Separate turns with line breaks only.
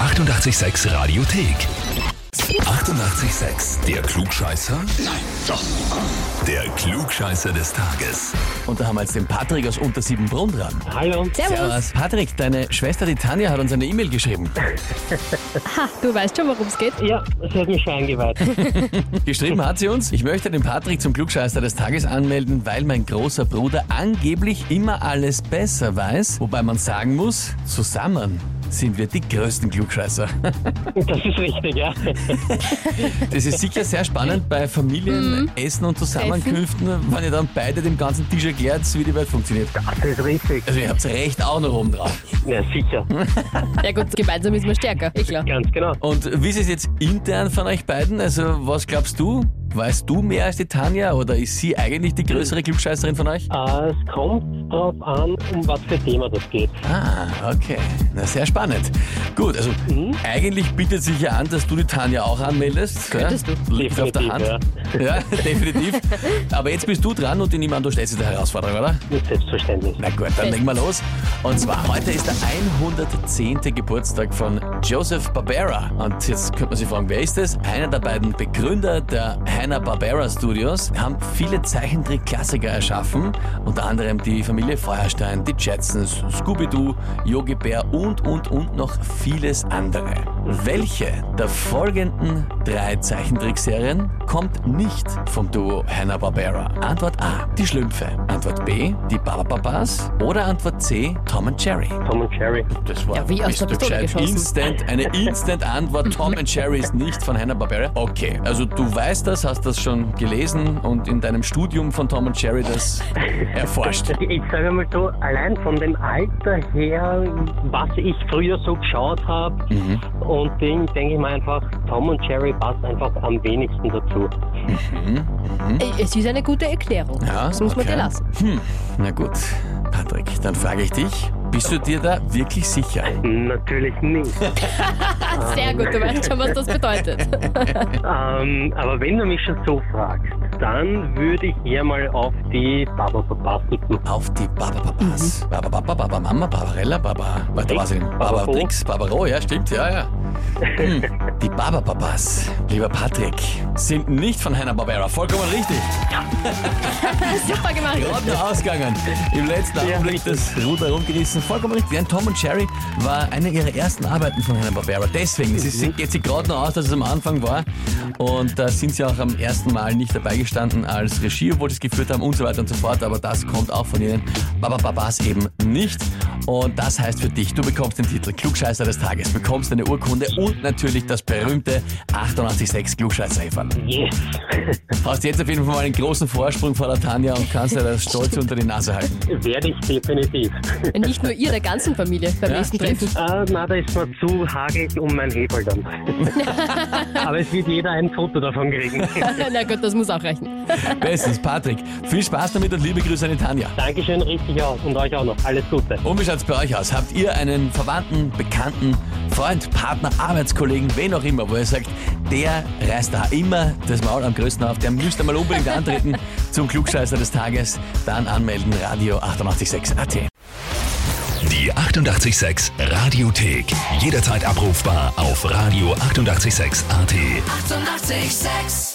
886 Radiothek. 88,6. Der Klugscheißer? Nein, doch. Der Klugscheißer des Tages.
Und da haben wir jetzt den Patrick aus Untersiebenbrunn dran.
Hallo.
Servus. Patrick, deine Schwester, die Tanja, hat uns eine E-Mail geschrieben.
Ha, du weißt schon, worum es geht.
Ja, sie hat mich schon eingeweiht.
Geschrieben hat sie uns, ich möchte den Patrick zum Klugscheißer des Tages anmelden, weil mein großer Bruder angeblich immer alles besser weiß. Wobei man sagen muss, zusammen sind wir die größten Klugscheißer.
Das ist richtig, ja.
Das ist sicher sehr spannend bei Familien, Essen und Zusammenkünften, wenn ihr dann beide dem ganzen Tisch erklärt, wie die Welt funktioniert.
Das ist richtig.
Also ihr habt recht auch noch oben drauf.
Ja, sicher.
Ja gut, gemeinsam ist man stärker, eh klar.
Ganz genau.
Und wie ist es jetzt intern von euch beiden? Also, was glaubst du? Weißt du mehr als die Tanja oder ist sie eigentlich die größere Klugscheißerin von euch?
Äh, es kommt drauf an, um was für Thema das geht.
Ah, okay. Na, sehr spannend. Gut, also
Mhm.
eigentlich bietet sich ja an, dass du die Tanja auch anmeldest.
Könntest
ja?
du.
Liegt auf der Hand.
Definitiv,
Ja. definitiv. Aber jetzt bist du dran und ich nehme an, du stellst dir die Herausforderung, oder?
Nicht selbstverständlich.
Na gut, dann
Fest.
legen wir los. Und zwar, heute ist der 110. Geburtstag von Joseph Barbera. Und jetzt könnte man sich fragen, wer ist das? Einer der beiden Begründer der Hanna-Barbera Studios haben viele Zeichentrick-Klassiker erschaffen. Unter anderem die Familie Feuerstein, die Jetsons, Scooby-Doo, Yogi Bär und, und, und noch vieles andere. Welche der folgenden drei Zeichentrickserien kommt nicht vom Duo Hanna-Barbera? Antwort A, die Schlümpfe. Antwort B, die Barbapas. Oder Antwort C, Tom and Jerry.
Tom und Jerry.
Das war
Ja, wie aus
bist
der
du
Pistole
gescheit.
geschossen.
Instant, eine Instant-Antwort. Tom and Jerry ist nicht von Hanna-Barbera. Okay, also du weißt das, hast das schon gelesen und in deinem Studium von Tom and Jerry das erforscht.
Ich sage mal so, allein von dem Alter her, was ich früher so geschaut habe und Ding, denke ich mir einfach, Tom und Jerry passt einfach am wenigsten dazu.
Äh, Es ist eine gute Erklärung.
Ja,
das muss man
okay.
dir lassen.
Hm, na gut, Patrick, dann frage ich dich, bist du dir da wirklich sicher?
Natürlich nicht.
Ah, sehr gut, du weißt schon, was das bedeutet.
Ähm, aber wenn du mich schon so fragst, dann würde ich eher mal auf die Baba Baba tippen.
Auf die Baba Babas. Baba Baba, Baba Mama, Barbarella, Baba. Warte,
Brix,
was denn? Baba
Baba Bo.
Brix, Barbaro, ja, stimmt, ja, ja. Hm, die Baba Babas, lieber Patrick, sind nicht von Hanna-Barbera. Vollkommen richtig.
Super gemacht.
Gerade nur ausgegangen. Im letzten Augenblick das Ruder rumgerissen. Vollkommen richtig. Denn Tom und Jerry war eine ihrer ersten Arbeiten von Hanna-Barbera. Deswegen es ist, geht sie gerade noch aus, dass es am Anfang war. Und da sind sie auch am ersten Mal nicht dabei gestanden als Regie, obwohl sie es geführt haben und so weiter und so fort. Aber das kommt auch von ihnen. Baba Babas eben nicht. Und das heißt für dich, du bekommst den Titel Klugscheißer des Tages, bekommst eine Urkunde und natürlich das berühmte 886 klugscheißer -Häferl
Yes.
hast jetzt auf jeden Fall mal einen großen Vorsprung vor der Tanja und kannst dir das stolz unter die Nase halten.
Werde ich definitiv.
Nicht nur ihr, der ganzen Familie beim
Ja,
nächsten
stimmt.
Treffen.
Ah, na, da ist mir zu hagelig um mein Hebel dann. aber es wird jeder ein Foto davon kriegen.
Na gut, das muss auch reichen.
Bestens, Patrick. Viel Spaß damit und liebe Grüße an die Tanja.
Dankeschön, richtig aus. Und euch auch noch. Alles Gute.
Und wie schaut's bei euch aus? Habt ihr einen Verwandten, Bekannten, Freund, Partner, Arbeitskollegen, wen auch immer, wo ihr sagt, der reißt da immer das Maul am größten auf, der müsst ihr mal unbedingt antreten zum Klugscheißer des Tages, dann anmelden, Radio 886 AT.
Die 88,6 Radiothek. Jederzeit abrufbar auf radio886.at. 88,6.
Eighty-eight, sex.